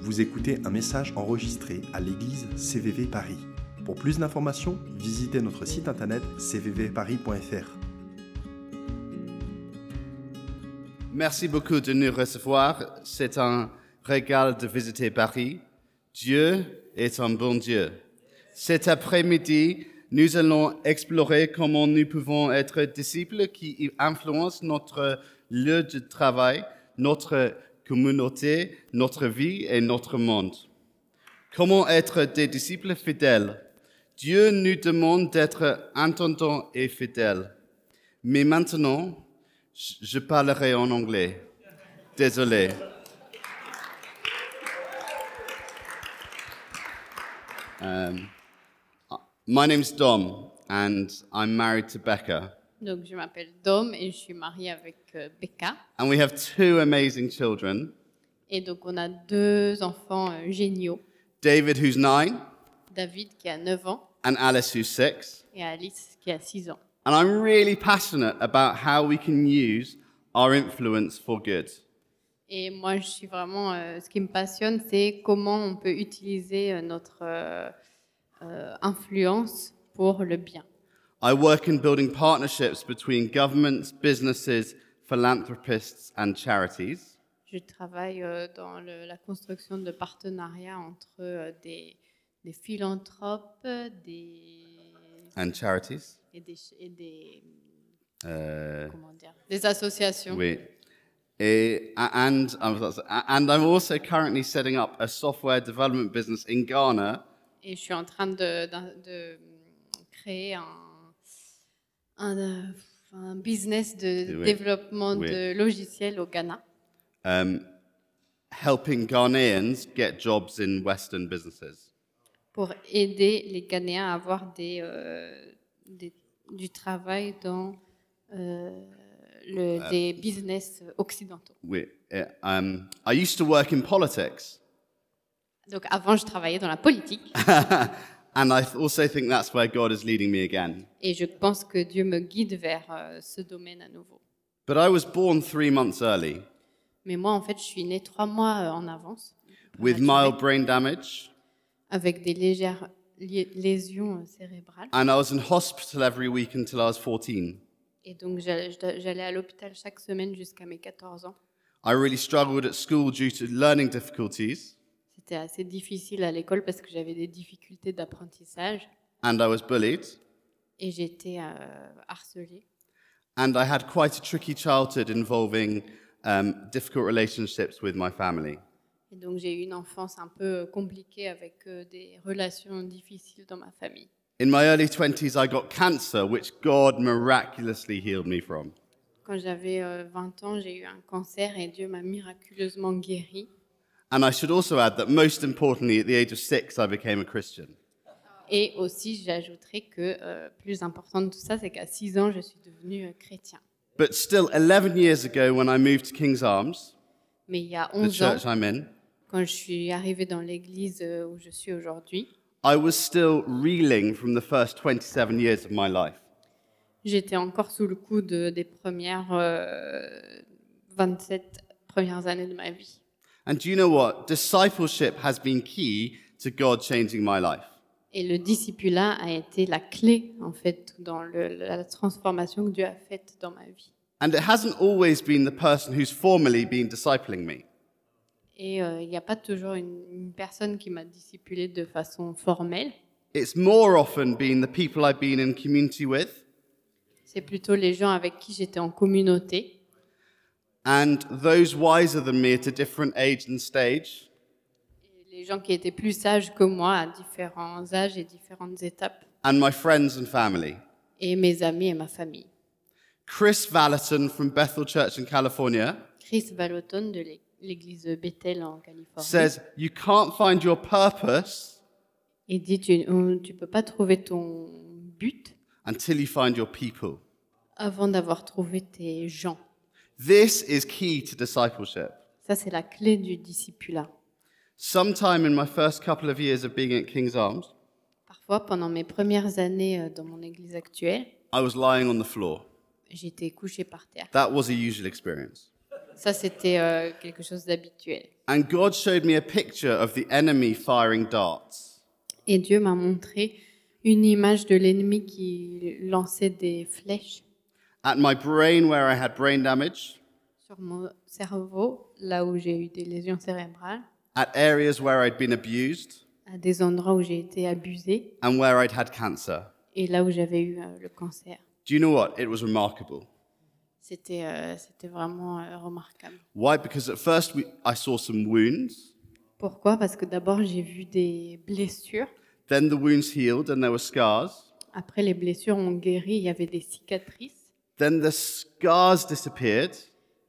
Vous écoutez un message enregistré à l'église CVV Paris. Pour plus d'informations, visitez notre site internet cvvparis.fr. Merci beaucoup de nous recevoir. C'est un régal de visiter Paris. Dieu est un bon Dieu. Cet après-midi, nous allons explorer comment nous pouvons être disciples qui influencent notre lieu de travail, notre communauté, notre vie et notre monde. Comment être des disciples fidèles Dieu nous demande d'être intendants et fidèles. Mais maintenant, je je parlerai en anglais. Désolé. Um, my name's Dom, and I'm married to Becca, Donc, je m'appelle Dom et je suis mariée avec euh, Becca. and we have two amazing children Et donc, on a deux enfants euh, géniaux. David, who's nine, David qui a 9 ans and Alice, who's six. et Alice qui a 6 ans. And I'm really passionate about how we can use our influence for good. Et moi, je suis vraiment... euh, ce qui me passionne, c'est comment on peut utiliser euh, notre euh, euh, influence pour le bien. I work in building partnerships between governments, businesses, philanthropists, and charities. Je travaille euh, dans le- la construction de partenariats entre euh, des, des philanthropes des, And charities. et, des, ch- et des- Uh, comment dire, des associations. Wait. Eh, a- and, I was about to say- a- and I'm also currently setting up a software development business in Ghana. Et je suis en train de, d'un- de, hum, créer un, un, euh, un business de Oui. développement Oui. de logiciels au Ghana um, helping Ghanaians get jobs in Western businesses. pour aider les Ghanéens à avoir des, euh, des- du travail dans euh, le, des business occidentaux. We, eh, um, I used to work in politics, Donc avant, je travaillais dans la politique and I th- also think that's where God is leading me again. et je pense que Dieu me guide vers euh, ce domaine à nouveau. But I was born three months early Mais moi, en fait, je suis née trois mois euh, en avance with mild brain damage, avec des légères li- lésions euh, cérébrales. and I was in hospital every week until I was 14. Et donc, j'allais j'allais à l'hôpital chaque semaine jusqu'à mes 14 ans. I really struggled at school due to learning difficulties, C'était assez difficile à l'école parce que j'avais des difficultés d'apprentissage and I was bullied. et j'étais euh, harcelée. and I had quite a tricky childhood involving um, difficult relationships with my family. Et donc, j'ai eu une enfance un peu euh, compliquée avec euh, des relations difficiles dans ma famille. In my early 20s, I got cancer, which God miraculously healed me from. Quand j'avais euh, 20 ans, j'ai eu un cancer et Dieu m'a miraculeusement guérie. And I should also add that most importantly, at the age of six, I became a Christian. Et aussi, j'ajouterai que, euh, plus important de tout ça, c'est qu'à 6 ans, je suis devenue euh, chrétien. But still, 11 years ago, when I moved to King's Arms, Mais il y a the 11 ans, church I'm in, quand je suis arrivée dans l'église euh, où je suis aujourd'hui, I was still reeling from the first 27 years of my life. J'étais encore sous le coup de- des premières euh, 27 premières années de ma vie. And do you know what? Discipleship has been key to God changing my life. Et le discipulat a été la clé, en fait, dans le- la transformation que Dieu a faite dans ma vie. And it hasn't always been the person who's formally been discipling me. Et euh, il n'y a pas toujours une, une personne qui m'a discipulée de façon formelle. It's more often been the people I've been in community with C'est plutôt les gens avec qui j'étais en communauté and those wiser than me at a different age and stage. et les gens qui étaient plus sages que moi à différents âges et différentes étapes. And my friends and family. Et mes amis et ma famille. Chris Vallaton from Bethel Church in California Chris Vallotton de l'é- l'église Bethel en Californie. says, You can't find your purpose Et dit, tu ne peux pas trouver ton but until you find your people. avant d'avoir trouvé tes gens. This is key to discipleship. Ça, c'est la clé du discipulat. Sometime in my first couple of years of being at King's Arms, Parfois, pendant mes premières années euh, dans mon église actuelle, I was lying on the floor. j'étais couchée par terre. That was a usual experience. Ça, c'était euh, quelque chose d'habituel. And God showed me a picture of the enemy firing darts. Et Dieu m'a montré une image de l'ennemi qui lançait des flèches At my brain, where I had brain damage, sur mon cerveau, là où j'ai eu des lésions cérébrales, at areas where I'd been abused, à des endroits où j'ai été abusée and where I'd had cancer. et là où j'avais eu euh, le cancer. Do you know what? It was remarkable. C'était euh, c'était vraiment euh, remarquable. Why? Because at first we, I saw some wounds, Pourquoi Parce que d'abord, j'ai vu des blessures. then the wounds healed and there were scars, Après, les blessures ont guéri, il y avait des cicatrices. then the scars disappeared,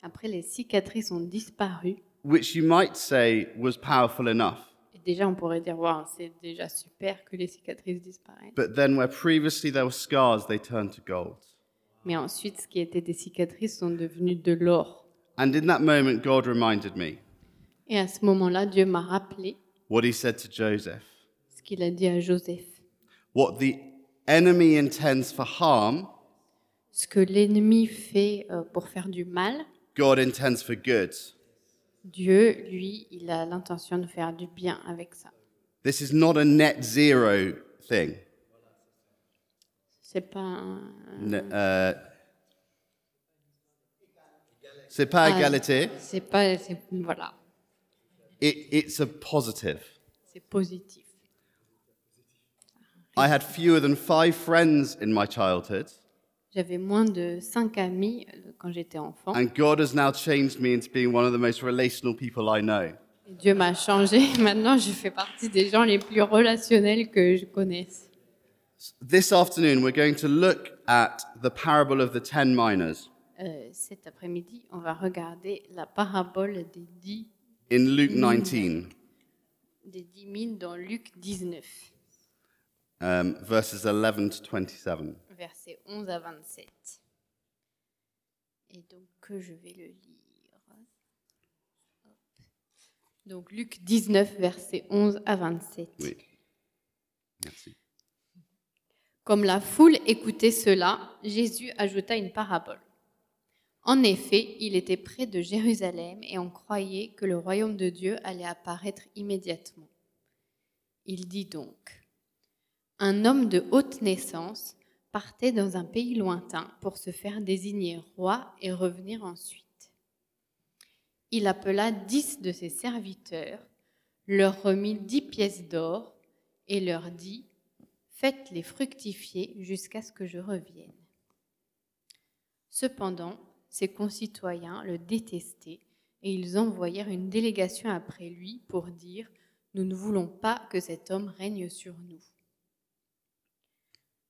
Après, les cicatrices ont disparu. which you might say was powerful enough. Et déjà, on pourrait dire, waouh, c'est déjà super que les cicatrices disparaissent. But then, where previously there were scars, they turned to gold. Mais ensuite, ce qui était des cicatrices sont devenues de l'or. And in that moment, God reminded me Et à ce moment-là, Dieu m'a rappelé what he said to Joseph. ce qu'il a dit à Joseph. What the enemy intends for harm, Ce que l'ennemi fait euh, pour faire du mal, God intends for good. Dieu, lui, il a l'intention de faire du bien avec ça. This is not a net zero thing. C'est pas un- Ne- euh, c'est pas Ah. égalité. c'est pas c'est- voilà, It, it's a positive. c'est positif. I had fewer than five friends in my childhood, J'avais moins de cinq amis euh, quand j'étais enfant. and God has now changed me into being one of the most relational people I know. Et Dieu m'a changé. Maintenant, je fais partie des gens les plus relationnels que je connaisse. This afternoon, we're going to look at the parable of the ten miners Euh, cet après-midi, on va regarder la parabole des dix, in Luke 19, des dix mines dans Luc 19, um, verses 11 to 27. versets 11 à 27. Et donc, que je vais le lire. Hop. Donc, Luc 19, versets 11 à 27. Oui. Merci. Comme la foule écoutait cela, Jésus ajouta une parabole. En effet, il était près de Jérusalem et on croyait que le royaume de Dieu allait apparaître immédiatement. Il dit donc, Un homme de haute naissance partait dans un pays lointain pour se faire désigner roi et revenir ensuite. Il appela dix de ses serviteurs, leur remit dix pièces d'or et leur dit, Faites-les fructifier jusqu'à ce que je revienne. Cependant, ses concitoyens le détestaient et ils envoyèrent une délégation après lui pour dire Nous ne voulons pas que cet homme règne sur nous.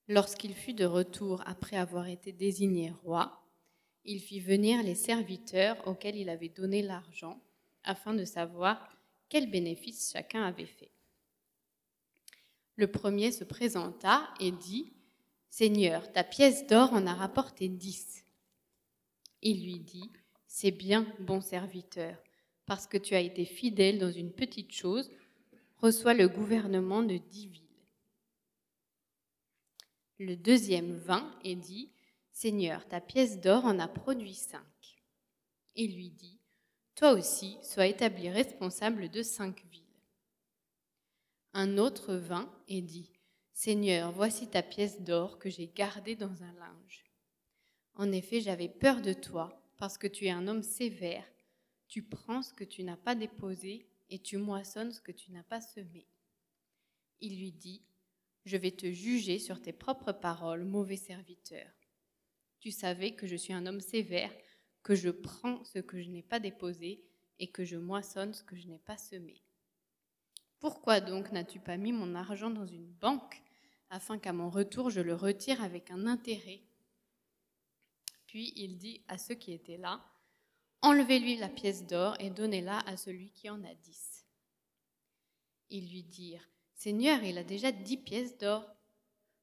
Lorsqu'il fut de retour après avoir été désigné roi, il fit venir les serviteurs auxquels il avait donné l'argent afin de savoir quel bénéfice chacun avait fait. Le premier se présenta et dit Seigneur, ta pièce d'or en a rapporté dix. Il lui dit C'est bien, bon serviteur, parce que tu as été fidèle dans une petite chose, reçois le gouvernement de dix villes. Le deuxième vint et dit Seigneur, ta pièce d'or en a produit cinq. Il lui dit Toi aussi, sois établi responsable de cinq villes. Un autre vint et dit, Seigneur, voici ta pièce d'or que j'ai gardée dans un linge. En effet, j'avais peur de toi, parce que tu es un homme sévère. Tu prends ce que tu n'as pas déposé et tu moissonnes ce que tu n'as pas semé. Il lui dit, Je vais te juger sur tes propres paroles, mauvais serviteur. Tu savais que je suis un homme sévère, que je prends ce que je n'ai pas déposé et que je moissonne ce que je n'ai pas semé. Pourquoi donc n'as-tu pas mis mon argent dans une banque afin qu'à mon retour je le retire avec un intérêt Puis il dit à ceux qui étaient là, Enlevez-lui la pièce d'or et donnez-la à celui qui en a dix. Ils lui dirent, Seigneur, il a déjà dix pièces d'or.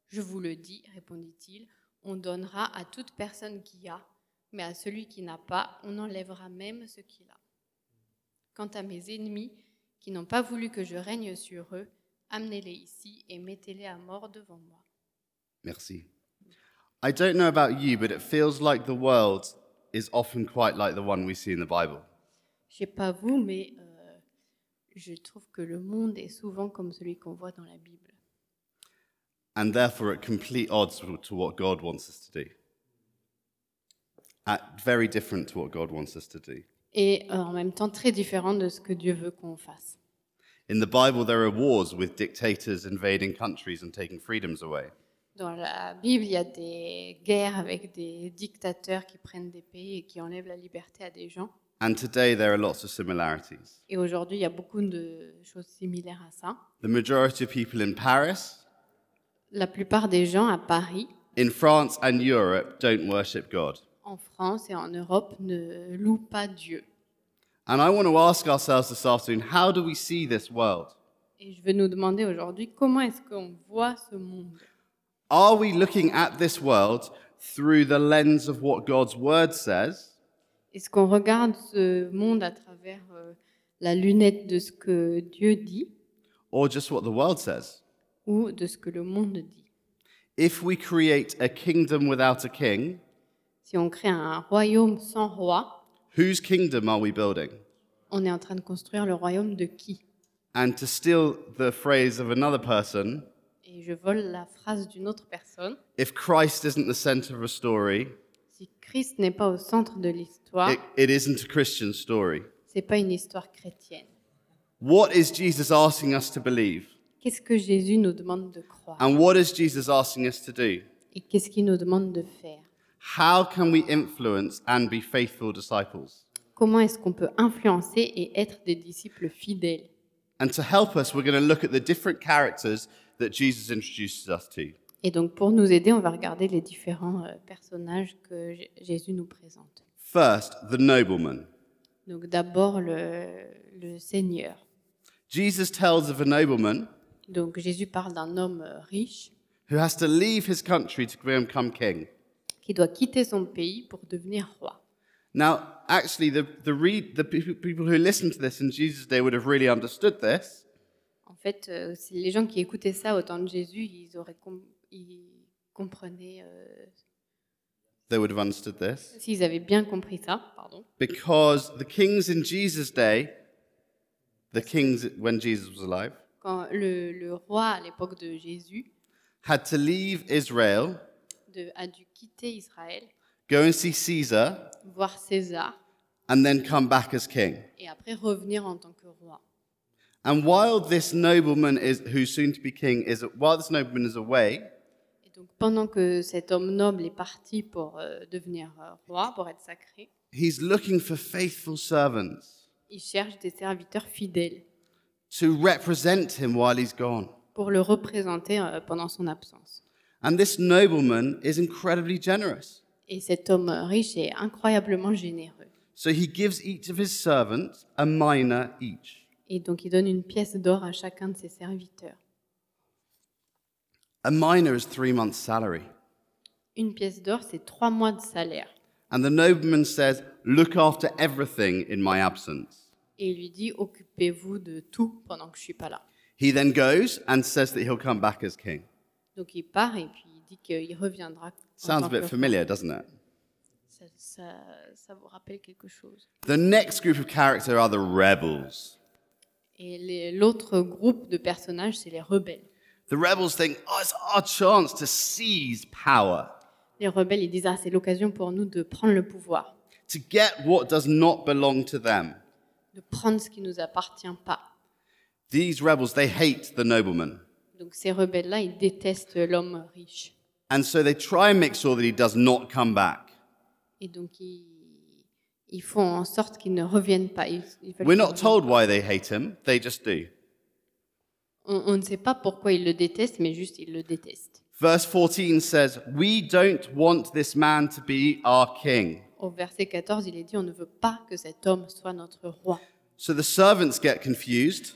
Je vous le dis, répondit-il, on donnera à toute personne qui a, mais à celui qui n'a pas, on enlèvera même ce qu'il a. Quant à mes ennemis, qui n'ont pas voulu que je règne sur eux, amenez-les ici et mettez-les à mort devant moi. Merci. I don't know about you, but it feels like the world is often quite like the one we see in the Bible. Je sais pas vous, mais euh, je trouve que le monde est souvent comme celui qu'on voit dans la Bible. and therefore at complete odds w- to what God wants us to do. At very different to what God wants us to do. Et euh, en même temps très différent de ce que Dieu veut qu'on fasse. In the Bible, there are wars with dictators invading countries and taking freedoms away. Dans la Bible, il y a des guerres avec des dictateurs qui prennent des pays et qui enlèvent la liberté à des gens. And today, there are lots of similarities. Et aujourd'hui, il y a beaucoup de choses similaires à ça. The majority of people in Paris, La plupart des gens à Paris, in France, and Europe don't worship God. en France et en Europe, ne louent pas Dieu. And I want to ask ourselves this afternoon how do we see this world? Et je veux nous demander aujourd'hui comment est-ce qu'on voit ce monde Are we looking at this world through the lens of what God's word says? Est-ce qu'on regarde ce monde à travers euh, la lunette de ce que Dieu dit or just what the world says. ou de ce que le monde dit If we create a kingdom without a king, Si on crée un royaume sans roi, whose kingdom are we building? on est en train de construire le royaume de qui And to steal the phrase of another person, Et je vole la phrase d'une autre personne. if Christ isn't the center of a story, Si Christ n'est pas au centre de l'histoire, it, it isn't a Christian story. c'est pas une histoire chrétienne. What is Jesus asking us to believe? Qu'est-ce que Jésus nous demande de croire And what is Jesus asking us to do? et qu'est-ce qu'il nous demande de faire How can we influence and be faithful disciples? Comment est-ce qu'on peut influencer et être des disciples fidèles And to help us, we're going to look at the different characters that Jesus introduces us to. Et donc pour nous aider, on va regarder les différents euh, personnages que J- Jésus nous présente. First, the nobleman. Donc d'abord le, le Seigneur. Jesus tells of a nobleman Donc Jésus parle d'un homme euh, riche who has to leave his country to become king. qui doit quitter son pays pour devenir roi. Now, actually, the, the, re- the pe- people who listened to this in Jesus' day would have really understood this, En fait, euh, si les gens qui écoutaient ça au temps de Jésus, ils auraient com- ils comprenaient, euh, they would have understood this, s'ils avaient bien compris ça, pardon, because the kings in Jesus' day, the kings when Jesus was alive, quand le, le roi à l'époque de Jésus had to leave Israel, de- a dû quitter Israël, go and see Caesar, voir César, and then come back as king. et après revenir en tant que roi. And while this nobleman is, who's soon to be king, is while this nobleman is away, Et donc pendant que cet homme noble est parti pour euh, devenir euh, roi, pour être sacré, he's looking for faithful servants. il cherche des serviteurs fidèles to represent him while he's gone. pour le représenter euh, pendant son absence. And this nobleman is incredibly generous. Et cet homme euh, riche est incroyablement généreux. So he gives each of his servants a mina each. Et donc il donne une pièce d'or à chacun de ses serviteurs. A mina is three months' salary. Une pièce d'or, c'est trois mois de salaire. And the nobleman says, Look after everything in my absence. Et il lui dit, occupez-vous de tout pendant que je suis pas là. He then goes and says that he'll come back as king. Donc il part et puis il dit qu'il reviendra. en Sounds tant a bit que- familiar, doesn't it? Ça, ça- ça vous rappelle quelque chose. The next group of character are the rebels. Et les- l'autre groupe de personnages, c'est les rebelles. The rebels think, Oh, it's our chance to seize power, Les rebelles, ils disent Ah, c'est l'occasion pour nous de prendre le pouvoir, to get what does not belong to them. de prendre ce qui nous appartient pas. These rebels, they hate the nobleman. Donc ces rebelles-là, ils détestent l'homme riche. And so they try and make sure that he does not come back. Et donc ils, ils font en sorte qu'ils ne reviennent pas. Ils- ils veulent We're qu'ils not reviennent. told why they hate him, they just do. On, on ne sait pas pourquoi ils le détestent, mais juste ils le détestent. Verse 14 says, We don't want this man to be our king. Au verset 14, il est dit On ne veut pas que cet homme soit notre roi. So the servants get confused.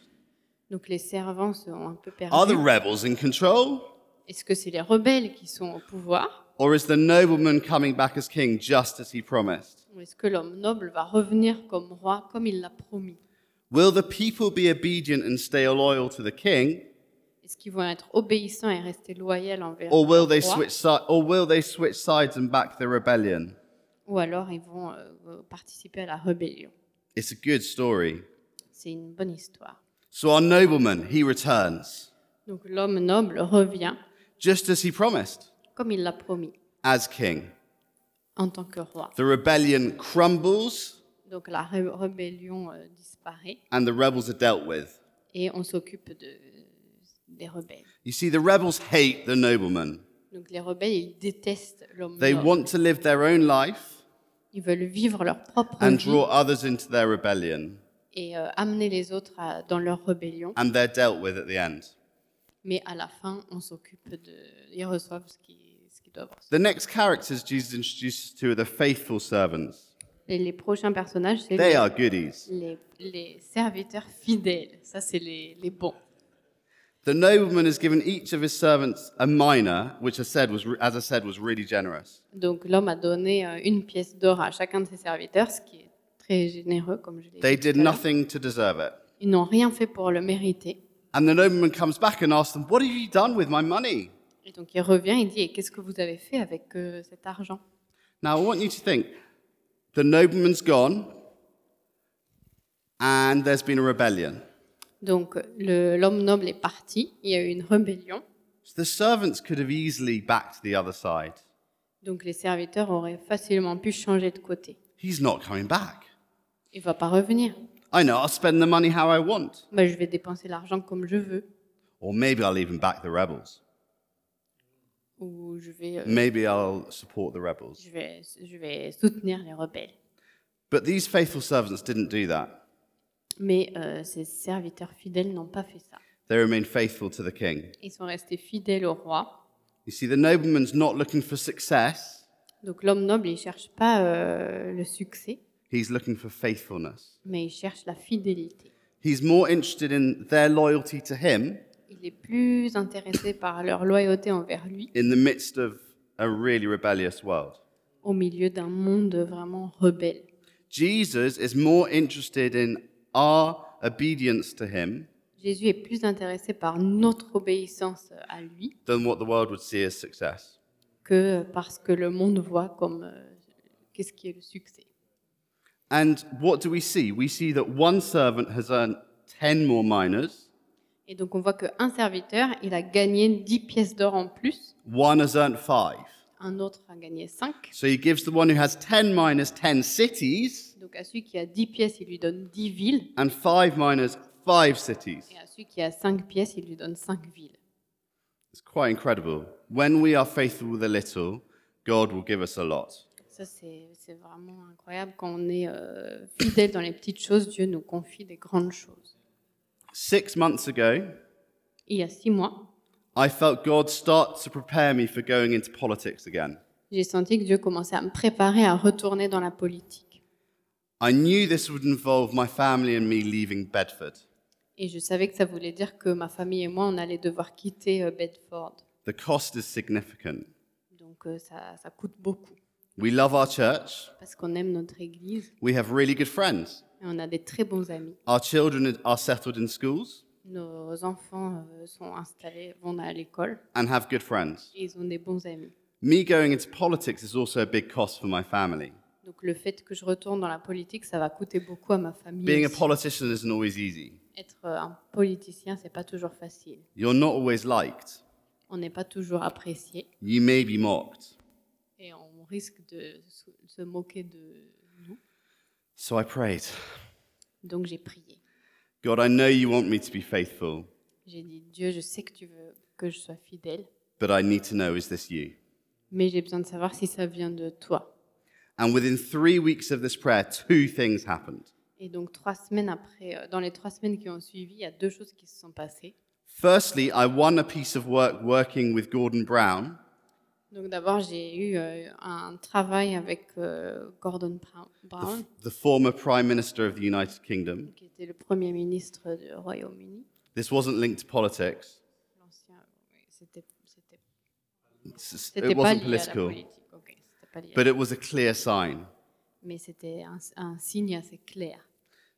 Donc les servants sont un peu Are the perdus. rebels in control? Est-ce que c'est les rebelles qui sont au pouvoir Or is the nobleman coming back as king just as he promised? ou est-ce que l'homme noble va revenir comme roi comme il l'a promis Will the people be obedient and stay loyal to the king? Est-ce qu'ils vont être obéissants et rester loyaux envers Or will leur they roi switch, si- or will they switch sides and back the rebellion? ou alors ils vont euh, participer à la rébellion. It's a good story. C'est une bonne histoire. So our nobleman, he returns, Donc l'homme noble revient, just as he promised, comme il l'a promis, as king. en tant que roi. The rebellion crumbles, Donc la ré- rébellion euh, disparaît and the rebels are dealt with. et on s'occupe de, des rebelles. You see, the rebels hate the nobleman. Donc les rebelles, ils détestent l'homme They noble. want to live their own life Ils veulent vivre leur propre and vie draw others into their rebellion, et euh, amener les autres à- dans leur rébellion. and they're dealt with at the end. Mais à la fin, on s'occupe de... Ils reçoivent ce qu'ils ce qu'ils doivent recevoir. The next characters Jesus introduces us to are the faithful servants. Et les prochains personnages, c'est They les, are goodies. les, les serviteurs fidèles. Ça, c'est les, les bons. The nobleman has given each of his servants a mina, which I said was, re- as I said, was really generous. Donc l'homme a donné euh, une pièce d'or à chacun de ses serviteurs, ce qui est très généreux, comme je l'ai They did dit. tout à l'heure. nothing to deserve it. Ils n'ont rien fait pour le mériter. And the nobleman comes back and asks them, What have you done with my money? Et donc il revient et dit, et qu'est-ce que vous avez fait avec euh, cet argent Now, I want you to think the nobleman's gone, and there's been a rebellion. Donc le- l'homme noble est parti, il y a eu une rébellion, So the servants could have easily backed the other side. donc les serviteurs auraient facilement pu changer de côté. He's not coming back. Il va pas revenir. I know, I'll spend the money how I want. Bah, je vais dépenser l'argent comme je veux, Or maybe I'll even back the rebels. ou je vais, euh, Maybe I'll support the rebels. je vais, je vais soutenir les rebelles. But these faithful servants didn't do that. Mais euh, ces serviteurs fidèles n'ont pas fait ça. They remain faithful to the king. Ils sont restés fidèles au roi, You see, the nobleman's not looking for success, Donc l'homme noble, il cherche pas euh, le succès, he's looking for faithfulness. mais il cherche la fidélité. He's more interested in their loyalty to him Il est plus intéressé par leur loyauté envers lui in the midst of a really rebellious world. au milieu d'un monde vraiment rebelle. Jesus is more interested in our obedience to him Jésus est plus intéressé par notre obéissance à lui than what the world would see as success. que par ce que le monde voit comme euh, qu'est-ce qui est le succès. And what do we see? We see that one servant has earned 10 more minors, Et donc on voit qu'un serviteur, il a gagné 10 pièces d'or en plus, one has earned five. un autre a gagné 5. So he gives the one who has 10 minors 10 cities, Donc à celui qui a 10 pièces, il lui donne 10 villes, and five minors five cities. et à celui qui a 5 pièces, il lui donne 5 villes. It's quite incredible. When we are faithful with a little, God will give us a lot. Ça, c'est c'est vraiment incroyable. Quand on est euh, fidèle dans les petites choses, Dieu nous confie des grandes choses. Six months ago, Il y a six mois, I felt God start to prepare me for going into politics again. j'ai senti que Dieu commençait à me préparer à retourner dans la politique. I knew this would involve my family and me leaving Bedford, Et je savais que ça voulait dire que ma famille et moi, on allait devoir quitter euh, Bedford. the cost is significant. Donc euh, ça, ça coûte beaucoup. We love our church. Parce qu'on aime notre église We have really good friends. et on a des très bons amis. Our children are settled in schools Nos enfants euh, sont installés, vont à l'école and have good friends. et ils ont des bons amis. Me going into politics is also a big cost for my family. Donc le fait que je retourne dans la politique, ça va coûter beaucoup à ma famille. Being a aussi. politician isn't always easy. Être euh, un politicien, c'est pas toujours facile. You're not always liked. On n'est pas toujours apprécié You may be mocked. et on risque de se- se moquer de nous. So I prayed, Donc j'ai prié. God, I know you want me to be faithful, J'ai dit Dieu, je sais que tu veux que je sois fidèle, but I need to know is this you? mais j'ai besoin de savoir si ça vient de toi. And within three weeks of this prayer, two things happened. Et donc trois semaines après, euh, dans les trois semaines qui ont suivi, il y a deux choses qui se sont passées. Firstly, I won a piece of work working with Gordon Brown, Donc d'abord, j'ai eu euh, un travail avec euh, Gordon Brown- the, Brown, the former Prime Minister of the United Kingdom. qui était le Premier ministre du Royaume-Uni. This wasn't linked to politics, L'ancien, oui, c'était c'était It's- it's- C'était it pas wasn't lié à la political, politique, ok, c'était pas lié à- but it was a clear sign. Mais c'était un, un signe assez clair.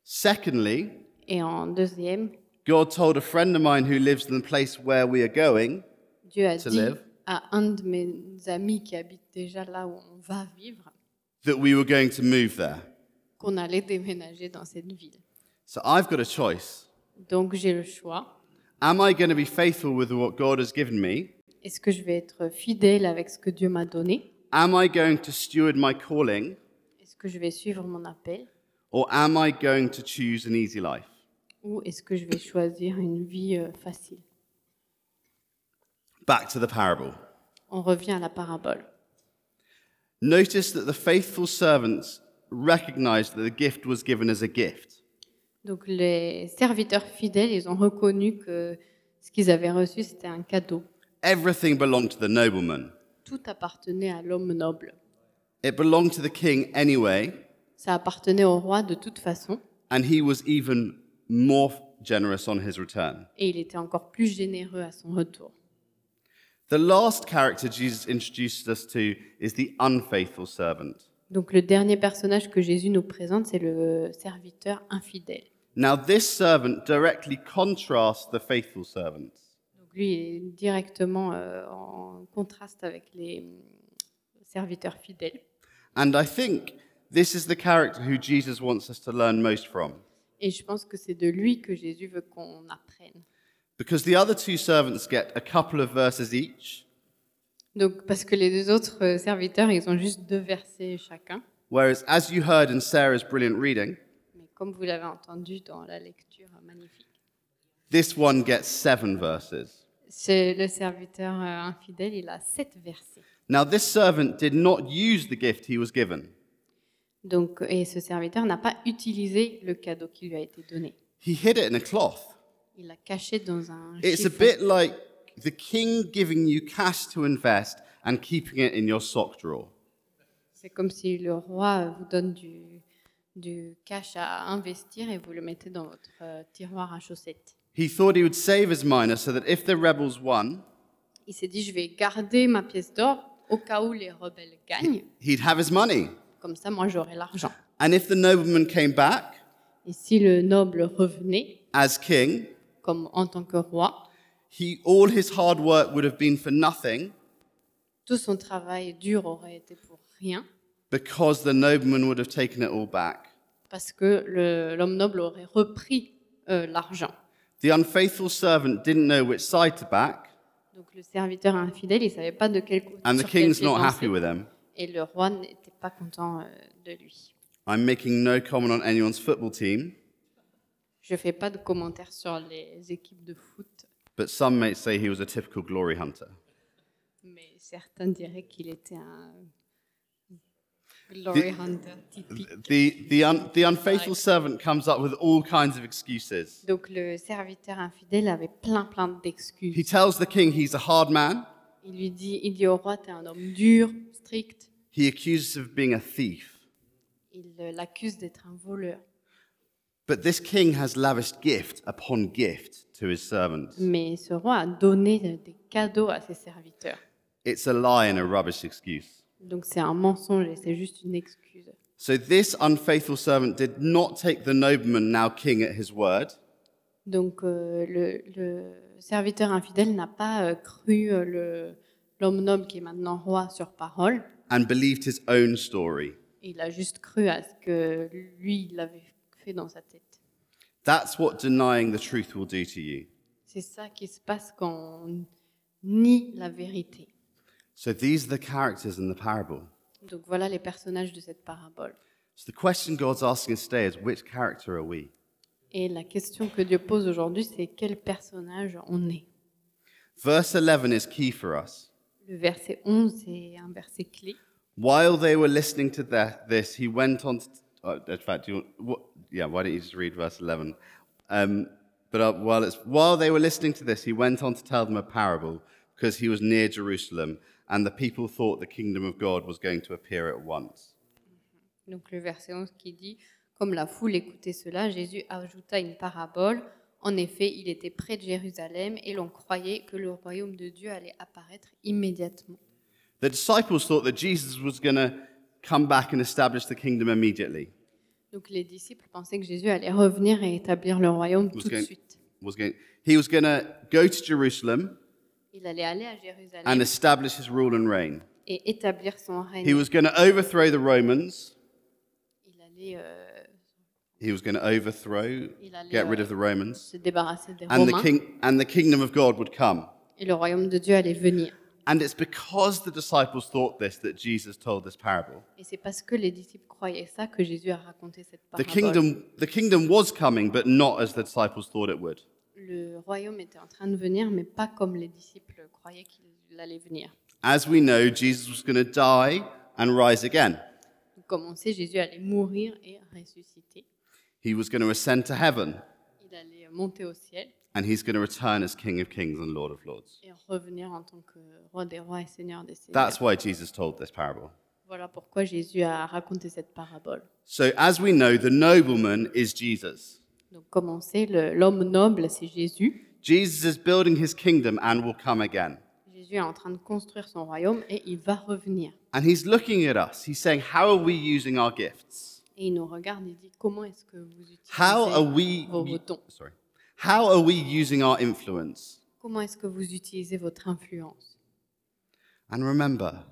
Secondly, Et en deuxième, God told a friend of mine who lives in the place where we are going, Dieu a To dit live. à un de mes amis qui habite déjà là où on va vivre, that we were going to move there. qu'on allait déménager dans cette ville. So I've got a choice. Donc j'ai le choix. Am I going to be faithful with what God has given me? Est-ce que je vais être fidèle avec ce que Dieu m'a donné Am I going to steward my calling Est-ce que je vais suivre mon appel or am I going to choose an easy life? Ou est-ce que je vais choisir une vie euh, facile Back to the parable. On revient à la parabole. Notice that the faithful servants recognized that the gift was given as a gift. Donc les serviteurs fidèles, ils ont reconnu que ce qu'ils avaient reçu, c'était un cadeau. Everything belonged to the nobleman. Tout appartenait à l'homme noble. It belonged to the king anyway, Ça appartenait au roi de toute façon, and he was even more generous on his return. et il était encore plus généreux à son retour. The last character Jesus introduces us to is the unfaithful servant. Donc le dernier personnage que Jésus nous présente, c'est le serviteur infidèle. Now, this servant directly contrasts the faithful servant. Donc lui il est directement euh, en contraste avec les euh, serviteurs fidèles. And I think this is the character who Jesus wants us to learn most from. Et je pense que c'est de lui que Jésus veut qu'on apprenne. Because the other two servants get a couple of verses each, Donc parce que les deux autres euh, serviteurs, ils ont juste deux versets chacun. whereas, as you heard in Sarah's brilliant reading, Mais comme vous l'avez entendu dans la lecture euh, magnifique, this one gets seven verses. c'est le serviteur euh, infidèle, il a sept versets. Now, this servant did not use the gift he was given, Donc, et ce serviteur n'a pas utilisé le cadeau qui lui a été donné. he hid it in a cloth. Il l'a caché dans un It's a chiffon. bit like the king giving you cash to invest and keeping it in your sock drawer. C'est comme si le roi euh, vous donne du, du cash à investir et vous le mettez dans votre euh, tiroir à chaussettes. He thought he would save his minor so that if the rebels won, Il s'est dit, je vais garder ma pièce d'or au cas où les rebelles gagnent. he'd have his money. Comme ça, moi, j'aurai l'argent. And if the nobleman came back Et si le noble revenait, as king, comme en tant que roi, he all his hard work would have been for nothing tout son travail dur aurait été pour rien, because the nobleman would have taken it all back. parce que le- l'homme noble aurait repris euh, l'argent. The unfaithful servant didn't know which side to back, Donc le serviteur infidèle, il savait pas de quel côté. and the sur quel king's pied not danser. happy with him. Et le roi n'était pas content euh, de lui. I'm making no comment on anyone's football team, Je fais pas de commentaires sur les équipes de foot, but some may say he was a typical glory hunter. mais certains diraient qu'il était un glory The- hunter typique. The, the, un, the unfaithful servant comes up with all kinds of excuses. Donc le serviteur infidèle avait plein plein d'excuses. He tells the king he's a hard man. Il lui dit, il dit au roi, t'es un homme dur, strict. He accuses him of being a thief. Il euh, l'accuse d'être un voleur. But this king has lavished gift upon gift to his servants. Mais ce roi a donné des cadeaux à ses serviteurs. It's a lie and a rubbish excuse. Donc c'est un mensonge et c'est juste une excuse. So this unfaithful servant did not take the nobleman, now king, at his word. Donc euh, le, le serviteur infidèle n'a pas euh, cru euh, le- l'homme noble qui est maintenant roi sur parole. and believed his own story. Il a juste cru à ce que lui, il avait fait dans sa tête. That's what denying the truth will do to you. C'est ça qui se passe quand on nie la vérité. So these are the characters in the parable. Donc voilà les personnages de cette parabole. So the question God's asking us today is which character are we? Et la question que Dieu pose aujourd'hui, c'est quel personnage on est. Verse 11 is key for us. Le verset 11 c'est un verset clé. While they were listening to the, this, he went on to. oh, in fact, you, what, yeah, why don't you just read verse 11? Um, but uh, while, it's, while they were listening to this, he went on to tell them a parable because he was near Jerusalem and the people thought the kingdom of God was going to appear at once. Donc le verset 11 qui dit Comme la foule écoutait cela, Jésus ajouta une parabole. En effet, il était près de Jérusalem et l'on croyait que le royaume de Dieu allait apparaître immédiatement. The disciples thought that Jesus was going to come back and establish the kingdom immediately, Donc les disciples pensaient que Jésus allait revenir et établir le royaume tout de que- suite. was going, he was going to go to Jerusalem Il allait aller à and Jérusalem establish his rule and reign. et établir son règne. He was going to overthrow the Romans. Il allait, euh, He was going to overthrow, Il allait, get rid euh, of the Romans. se débarrasser des And the, Romains king, and the kingdom of God would come. et le royaume de Dieu allait venir. And it's because the disciples thought this that Jesus told this parable. Et c'est parce que les disciples croyaient ça que Jésus a raconté cette The parabole. kingdom, the kingdom was coming, but not as the disciples thought it would. Le royaume était en train de venir, mais pas comme les disciples croyaient qu'il allait venir. As we know, Jesus was going to die and rise again. Donc, Comme on sait, Jésus allait mourir et ressusciter. He was going to ascend to heaven, Il allait monter au ciel and he's going to return as King of Kings and Lord of Lords. et revenir en tant que roi des rois et seigneur des seigneurs. That's why Jesus told this parable. Voilà pourquoi Jésus a raconté cette parabole. So, as we know, the nobleman is Jesus. Donc, comme on sait, le- l'homme noble, c'est Jésus. Jesus is building his kingdom and will come again. Jésus est en train de construire son royaume et il va revenir. And he's looking at us. He's saying, How are we using our gifts? Et il nous regarde et dit Comment est-ce que vous utilisez How are we vos vos dons sorry. How are we using our influence? Comment est-ce que vous utilisez votre influence And remember,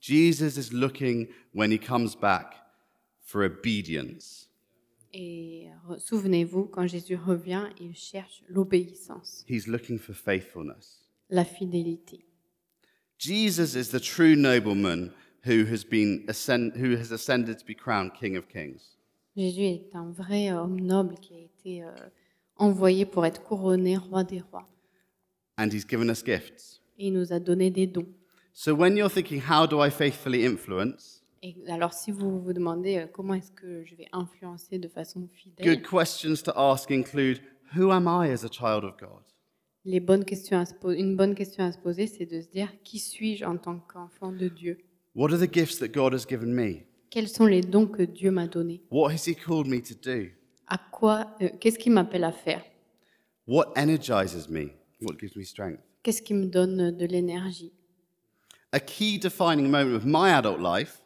Jesus is looking when he comes back for obedience. Et re- souvenez-vous, quand Jésus revient, il cherche l'obéissance, He's looking for faithfulness. la fidélité. Jesus is the true nobleman who has been ascend, who has ascended to be crowned King of Kings. Jésus est un vrai homme noble qui a été euh, envoyé pour être couronné roi des rois. And he's given us gifts. Et il nous a donné des dons. So when you're thinking, how do I faithfully influence? Et alors, si vous vous demandez euh, comment est-ce que je vais influencer de façon fidèle, Good questions to ask include Who am I as a child of God? les bonnes questions à se po- une bonne question à se poser, c'est de se dire qui suis-je en tant qu'enfant de Dieu What are the gifts that God has given me? Quels sont les dons que Dieu m'a donnés What has He called me to do? À quoi euh, Qu'est-ce qui m'appelle à faire What energizes me? What gives me strength? Qu'est-ce qui me donne euh, de l'énergie A key defining moment of my adult life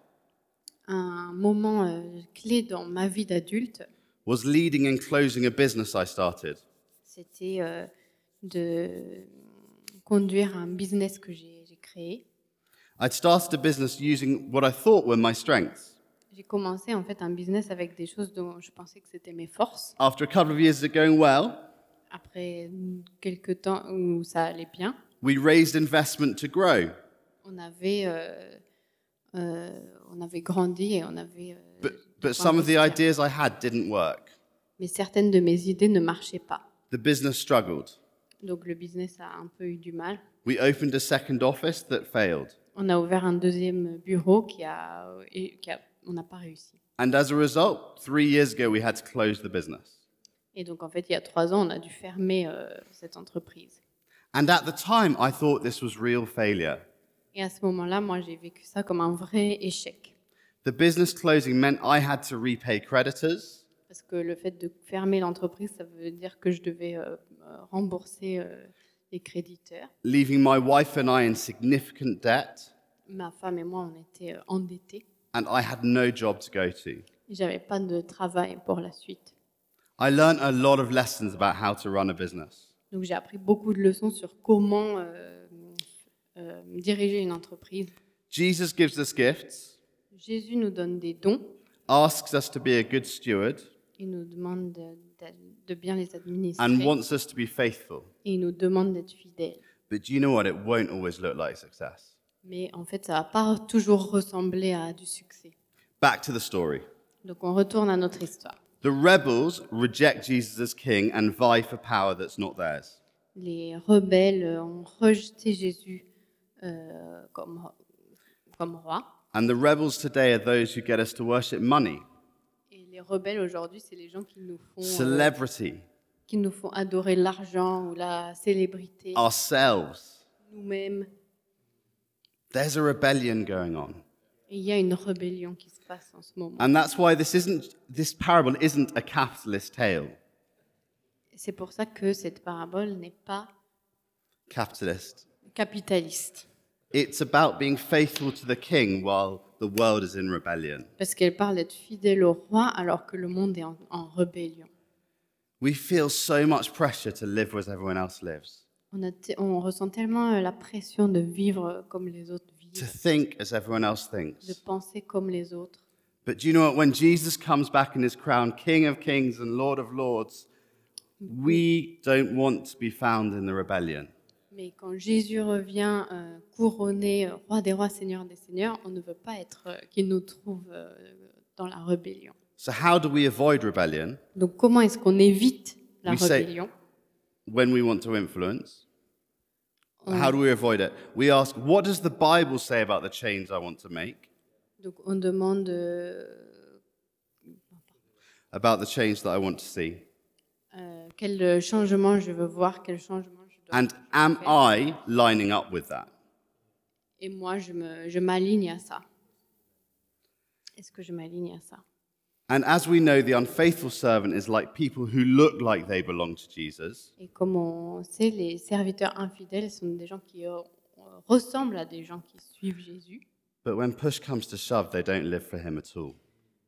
Un moment euh, clé dans ma vie d'adulte, was leading and closing a business I started. c'était euh, de conduire un business que j'ai j'ai créé. I'd started a business using what I thought were my strengths. J'ai commencé en fait un business avec des choses dont je pensais que c'était mes forces. After a couple of years of it going well, Après quelques temps où ça allait bien, we raised investment to grow. on avait, euh, euh, on avait grandi et on avait. euh, But, beaucoup but some of the investi. ideas I had didn't work. Mais certaines de mes idées ne marchaient pas. The business struggled. Donc le business a un peu eu du mal. We opened a second office that failed. On a ouvert un deuxième bureau qui a, et qui a- on n'a pas réussi. And as a result, three years ago, we had to close the business. Et donc en fait, il y a trois ans, on a dû fermer euh, cette entreprise. And at the time, I thought this was real failure. Et à ce moment-là, moi, j'ai vécu ça comme un vrai échec. The business closing meant I had to repay creditors, Parce que le fait de fermer l'entreprise, ça veut dire que je devais euh, euh, rembourser euh, les créditeurs. leaving my wife and I in significant debt, Ma femme et moi, on était euh, endettés. and I had no job to go to. Et J'avais pas de travail pour la suite. I learned a lot of lessons about how to run a business. Donc j'ai appris beaucoup de leçons sur comment euh, euh, diriger une entreprise. Jesus gives us gifts, Jésus nous donne des dons. asks us to be a good steward, Il nous demande de, de- de bien les administrer. and wants us to be faithful. Et il nous demande d'être fidèles. But do you know what? It won't always look like success. Mais en fait, ça va pas toujours ressembler à du succès. Back to the story. Donc on retourne à notre histoire. The rebels reject Jesus as king and vie for power that's not theirs. Les rebelles euh, ont rejeté Jésus euh, comme, comme roi. And the rebels today are those who get us to worship money, Et les rebelles aujourd'hui, c'est les gens qui nous font... euh, celebrity, qui nous font adorer l'argent ou la célébrité, Ah. ourselves. nous-mêmes. There's a rebellion going on. Et il y a une rébellion qui se passe en ce moment. And that's why this isn't this parable isn't a capitalist tale. C'est pour ça que cette parabole n'est pas Capitalist. capitaliste, It's about being faithful to the king while the world is in rebellion. parce qu'elle parle d'être fidèle au roi alors que le monde est en, en rébellion. We feel so much pressure to live as everyone else lives. On, a t- on ressent tellement euh, la pression de vivre comme les autres vivent. to vivre, think as everyone else de thinks. penser comme les autres. But do you know what? When Jesus comes back in his crown, King of Kings and Lord of Lords, we don't want to be found in the rebellion. Mais quand Jésus revient euh, couronné euh, roi des rois, seigneur des seigneurs, on ne veut pas être euh, qu'il nous trouve euh, dans la rébellion. So, how do we avoid rebellion Donc comment est-ce qu'on évite la We say- rébellion when we want to influence? On- How do we avoid it? We ask, what does the Bible say about the change I want to make? Donc on demande euh, About the change that I want to see? euh, quel changement je veux voir, quel changement je dois And je dois am faire. I lining up with that? Et moi, je me- je m'aligne à ça. Est-ce que je m'aligne à ça And as we know, the unfaithful servant is like people who look like they belong to Jesus, Et comme on sait, les serviteurs infidèles sont des gens qui euh, ressemblent à des gens qui suivent Jésus, but when push comes to shove, they don't live for him at all.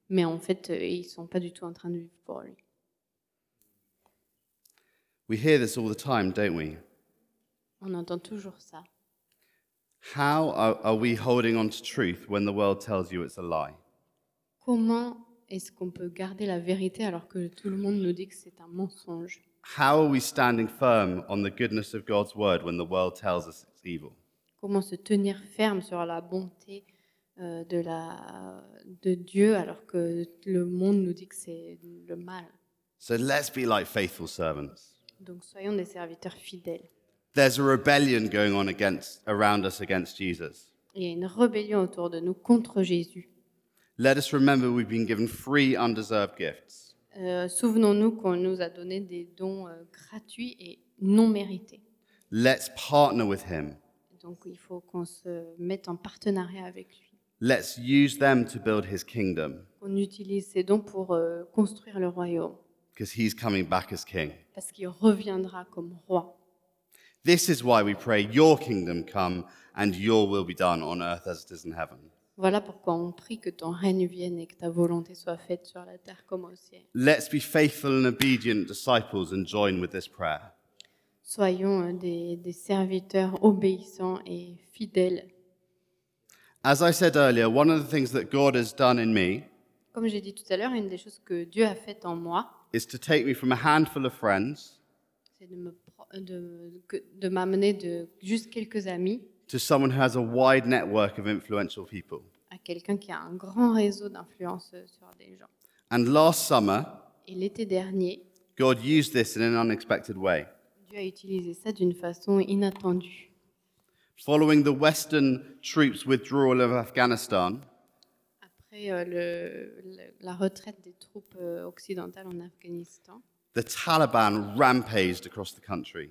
mais en fait, euh, ils sont pas du tout en train de vivre pour lui. We hear this all the time, don't we? On entend toujours ça. How are, are we holding on to truth when the world tells you it's a lie? Comment est-ce qu'on peut garder la vérité alors que tout le monde nous dit que c'est un mensonge How are we standing firm on the goodness of God's word when the world tells us it's evil? Comment se tenir ferme sur la bonté euh, de, la, de Dieu alors que le monde nous dit que c'est le mal So let's be like faithful servants. Donc soyons des serviteurs fidèles. There's a rebellion going on against, around us against Jesus. Il y a une rébellion autour de nous contre Jésus. Let us remember we've been given free, undeserved gifts. Euh, Souvenons-nous qu'on nous a donné des dons euh, gratuits et non mérités. Let's partner with Him. Donc il faut qu'on se mette en partenariat avec lui, Let's use them to build His kingdom qu'on utilise ces dons pour euh, construire le royaume, because He's coming back as King. parce qu'il reviendra comme roi. This is why we pray, Your kingdom come and Your will be done on earth as it is in heaven. Voilà pourquoi on prie que ton règne vienne et que ta volonté soit faite sur la terre comme au ciel. Let's be faithful and obedient disciples and join with this prayer. Soyons euh, des, des serviteurs obéissants et fidèles. As I said earlier, one of the things that God has done in me Comme j'ai dit tout à l'heure, une des choses que Dieu a faites en moi, is to take me from a handful of friends c'est de me pro- de, que- de m'amener de juste quelques amis to someone who has a wide network of influential people. à quelqu'un qui a un grand réseau d'influence euh, sur des gens. And last summer, Et l'été dernier, God used this in an unexpected way. Dieu a utilisé ça d'une façon inattendue. Following the Western troops' withdrawal of Afghanistan, Après euh, le- le- la retraite des troupes euh, occidentales en Afghanistan, the Taliban rampaged across the country.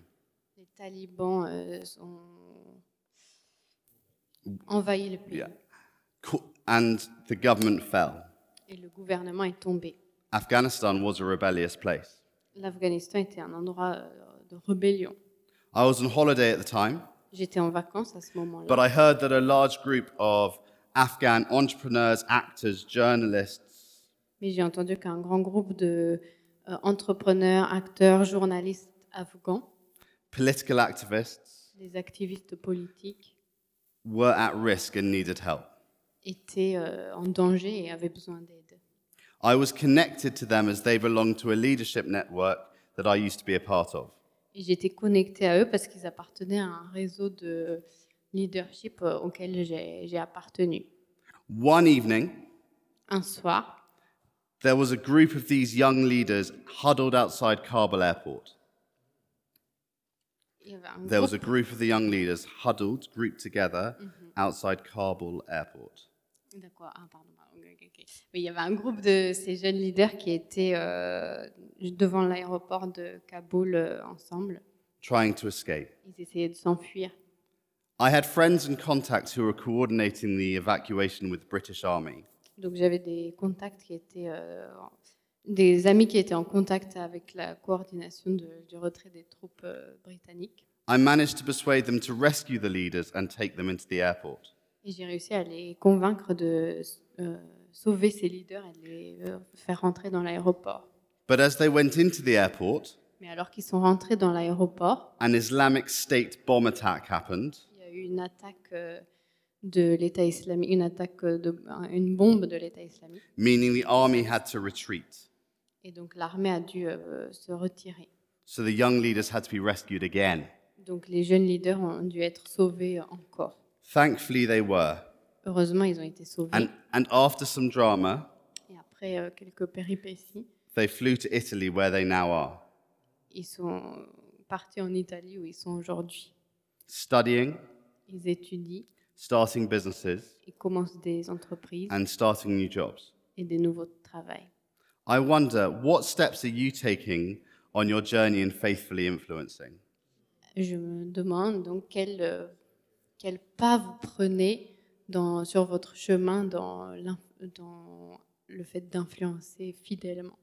les talibans euh, ont envahi le pays Yeah. Co- And the government fell. et le gouvernement est tombé. Afghanistan was a rebellious place. L'Afghanistan était un endroit euh, de rébellion. I was on holiday at the time, J'étais en vacances à ce moment-là. but I heard that a large group of Afghan entrepreneurs, actors, journalists Mais j'ai entendu qu'un grand groupe de euh, entrepreneurs, acteurs, journalistes afghans, political activists des activistes politiques, were at risk and needed help. étaient euh, en danger et avaient besoin d'aide. I was connected to them as they belonged to a leadership network that I used to be a part of. Et j'étais connectée à eux parce qu'ils appartenaient à un réseau de leadership euh, auquel j'ai j'ai appartenu. One evening, Un soir, there was a group of these young leaders huddled outside Kabul airport. il y avait un There was a groupe group of the young leaders huddled, grouped together outside Kabul airport. D'accord, ah, pardon, pardon, ok, ok, ok. Oui, il y avait un groupe de ces jeunes leaders qui étaient euh, devant l'aéroport de Kaboul euh, ensemble. trying to escape. Ils essayaient de s'enfuir. I had friends and contacts who were coordinating the evacuation with the British Army. Donc j'avais des contacts qui étaient euh, en- des amis qui étaient en contact avec la coordination de- du retrait des troupes euh, britanniques. I managed to persuade them to rescue the leaders and take them into the airport. Et j'ai réussi à les convaincre de euh, sauver ces leaders et de les euh, faire rentrer dans l'aéroport. But as they went into the airport, Mais alors qu'ils sont rentrés dans l'aéroport, an Islamic State bomb attack happened, il y a eu une attaque euh, de l'État islamique, une attaque euh, de une bombe de l'État islamique. meaning the army had to retreat. Et donc l'armée a dû euh, se retirer. So the young leaders had to be rescued again. Donc les jeunes leaders ont dû être sauvés encore. Thankfully, they were. Heureusement, ils ont été sauvés. And, and after some drama, Et après euh, quelques péripéties, they flew to Italy, where they now are, ils sont partis en Italie où ils sont aujourd'hui. studying, Ils étudient, starting businesses, ils commencent des entreprises and starting new jobs. et des nouveaux travails. I wonder what steps are you taking on your journey in faithfully influencing? Je me demande donc quel, euh, quel pas vous prenez dans, sur votre chemin dans, l'in- dans le fait d'influencer fidèlement.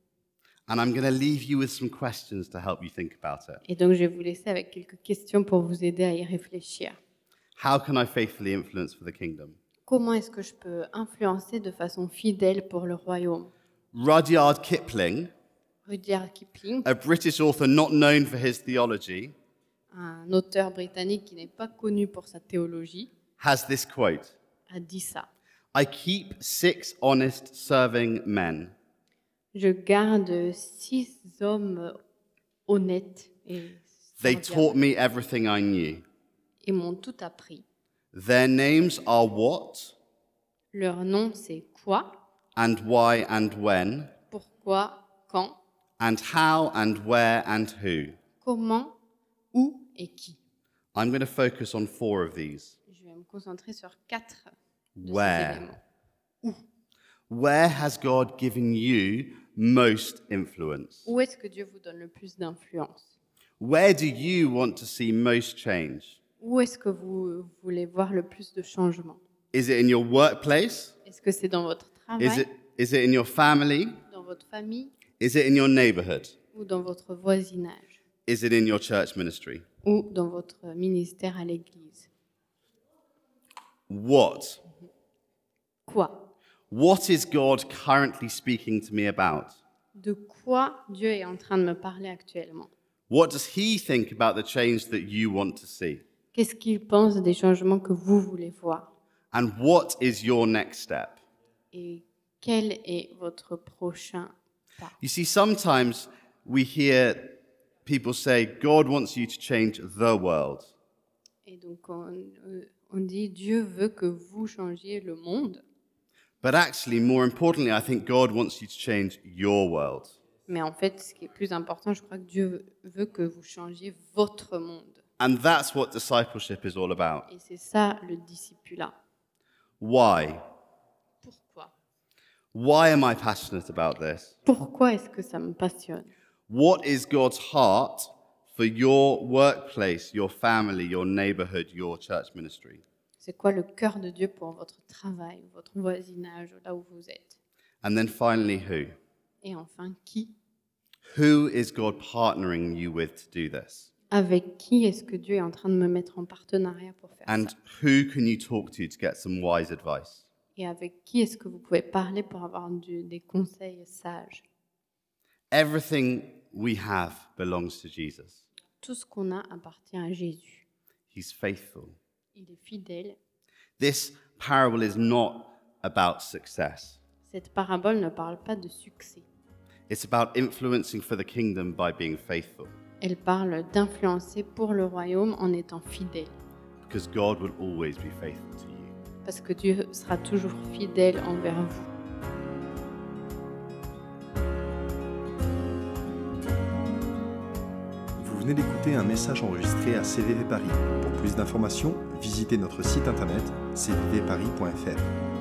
And I'm going to leave you with some questions to help you think about it. Et donc je vais vous laisser avec quelques questions pour vous aider à y réfléchir. How can I faithfully influence for the kingdom? Comment est-ce que je peux influencer de façon fidèle pour le royaume Rudyard Kipling, Rudyard Kipling, a British author not known for his theology, un auteur britannique qui n'est pas connu pour sa théologie, has this quote a dit ça. I keep six honest serving men. Je garde six hommes honnêtes et They serviables taught me everything I knew. et m'ont tout appris. Their names are what, Leur nom, c'est quoi, and why, and when, pourquoi, quand, and how, and where, and who. comment, où et qui. I'm going to focus on four of these. Je vais me concentrer sur quatre de ces Where? éléments. Where has God given you most influence? Où est-ce que Dieu vous donne le plus d'influence Where do you want to see most change? Où est-ce que vous voulez voir le plus de changement Is it in your workplace? Est-ce que c'est dans votre Is travail, it, is it in your family? dans votre famille Is it in your neighborhood? ou dans votre voisinage Is it in your church ministry? ou dans votre ministère à l'église What? Quoi What is God currently speaking to me about? De quoi Dieu est en train de me parler actuellement What does He think about the change that you want to see? Qu'est-ce qu'il pense des changements que vous voulez voir And what is your next step? Et quel est votre prochain pas You see, sometimes we hear people say, God wants you to change the world. Et donc on, euh, on dit Dieu veut que vous changiez le monde, But actually, more importantly, I think God wants you to change your world. mais en fait ce qui est plus important, je crois que Dieu veut que vous changiez votre monde. And that's what discipleship is all about. Et c'est ça le discipulat. Why? Pourquoi Why am I passionate about this? Pourquoi est-ce que ça me passionne What is God's heart for your workplace, your family, your neighborhood, your church ministry? C'est quoi le cœur de Dieu pour votre travail, votre voisinage, là où vous êtes And then finally, who? Et enfin, qui Who is God partnering you with to do this? Avec qui est-ce que Dieu est en train de me mettre en partenariat pour faire And ça who can you talk to to get some wise advice? Et avec qui est-ce que vous pouvez parler pour avoir du- des conseils sages Everything we have belongs to Jesus. Tout ce qu'on a appartient à Jésus. He's faithful. Il est fidèle. This parable is not about success, Cette parabole ne parle pas de succès. it's about influencing for the kingdom by being faithful, Elle parle d'influencer pour le royaume en étant fidèle. because God will always be faithful to you. Parce que Dieu sera toujours fidèle envers vous. Vous venez d'écouter un message enregistré à CVV Paris. Pour plus d'informations, visitez notre site internet cvvparis.fr.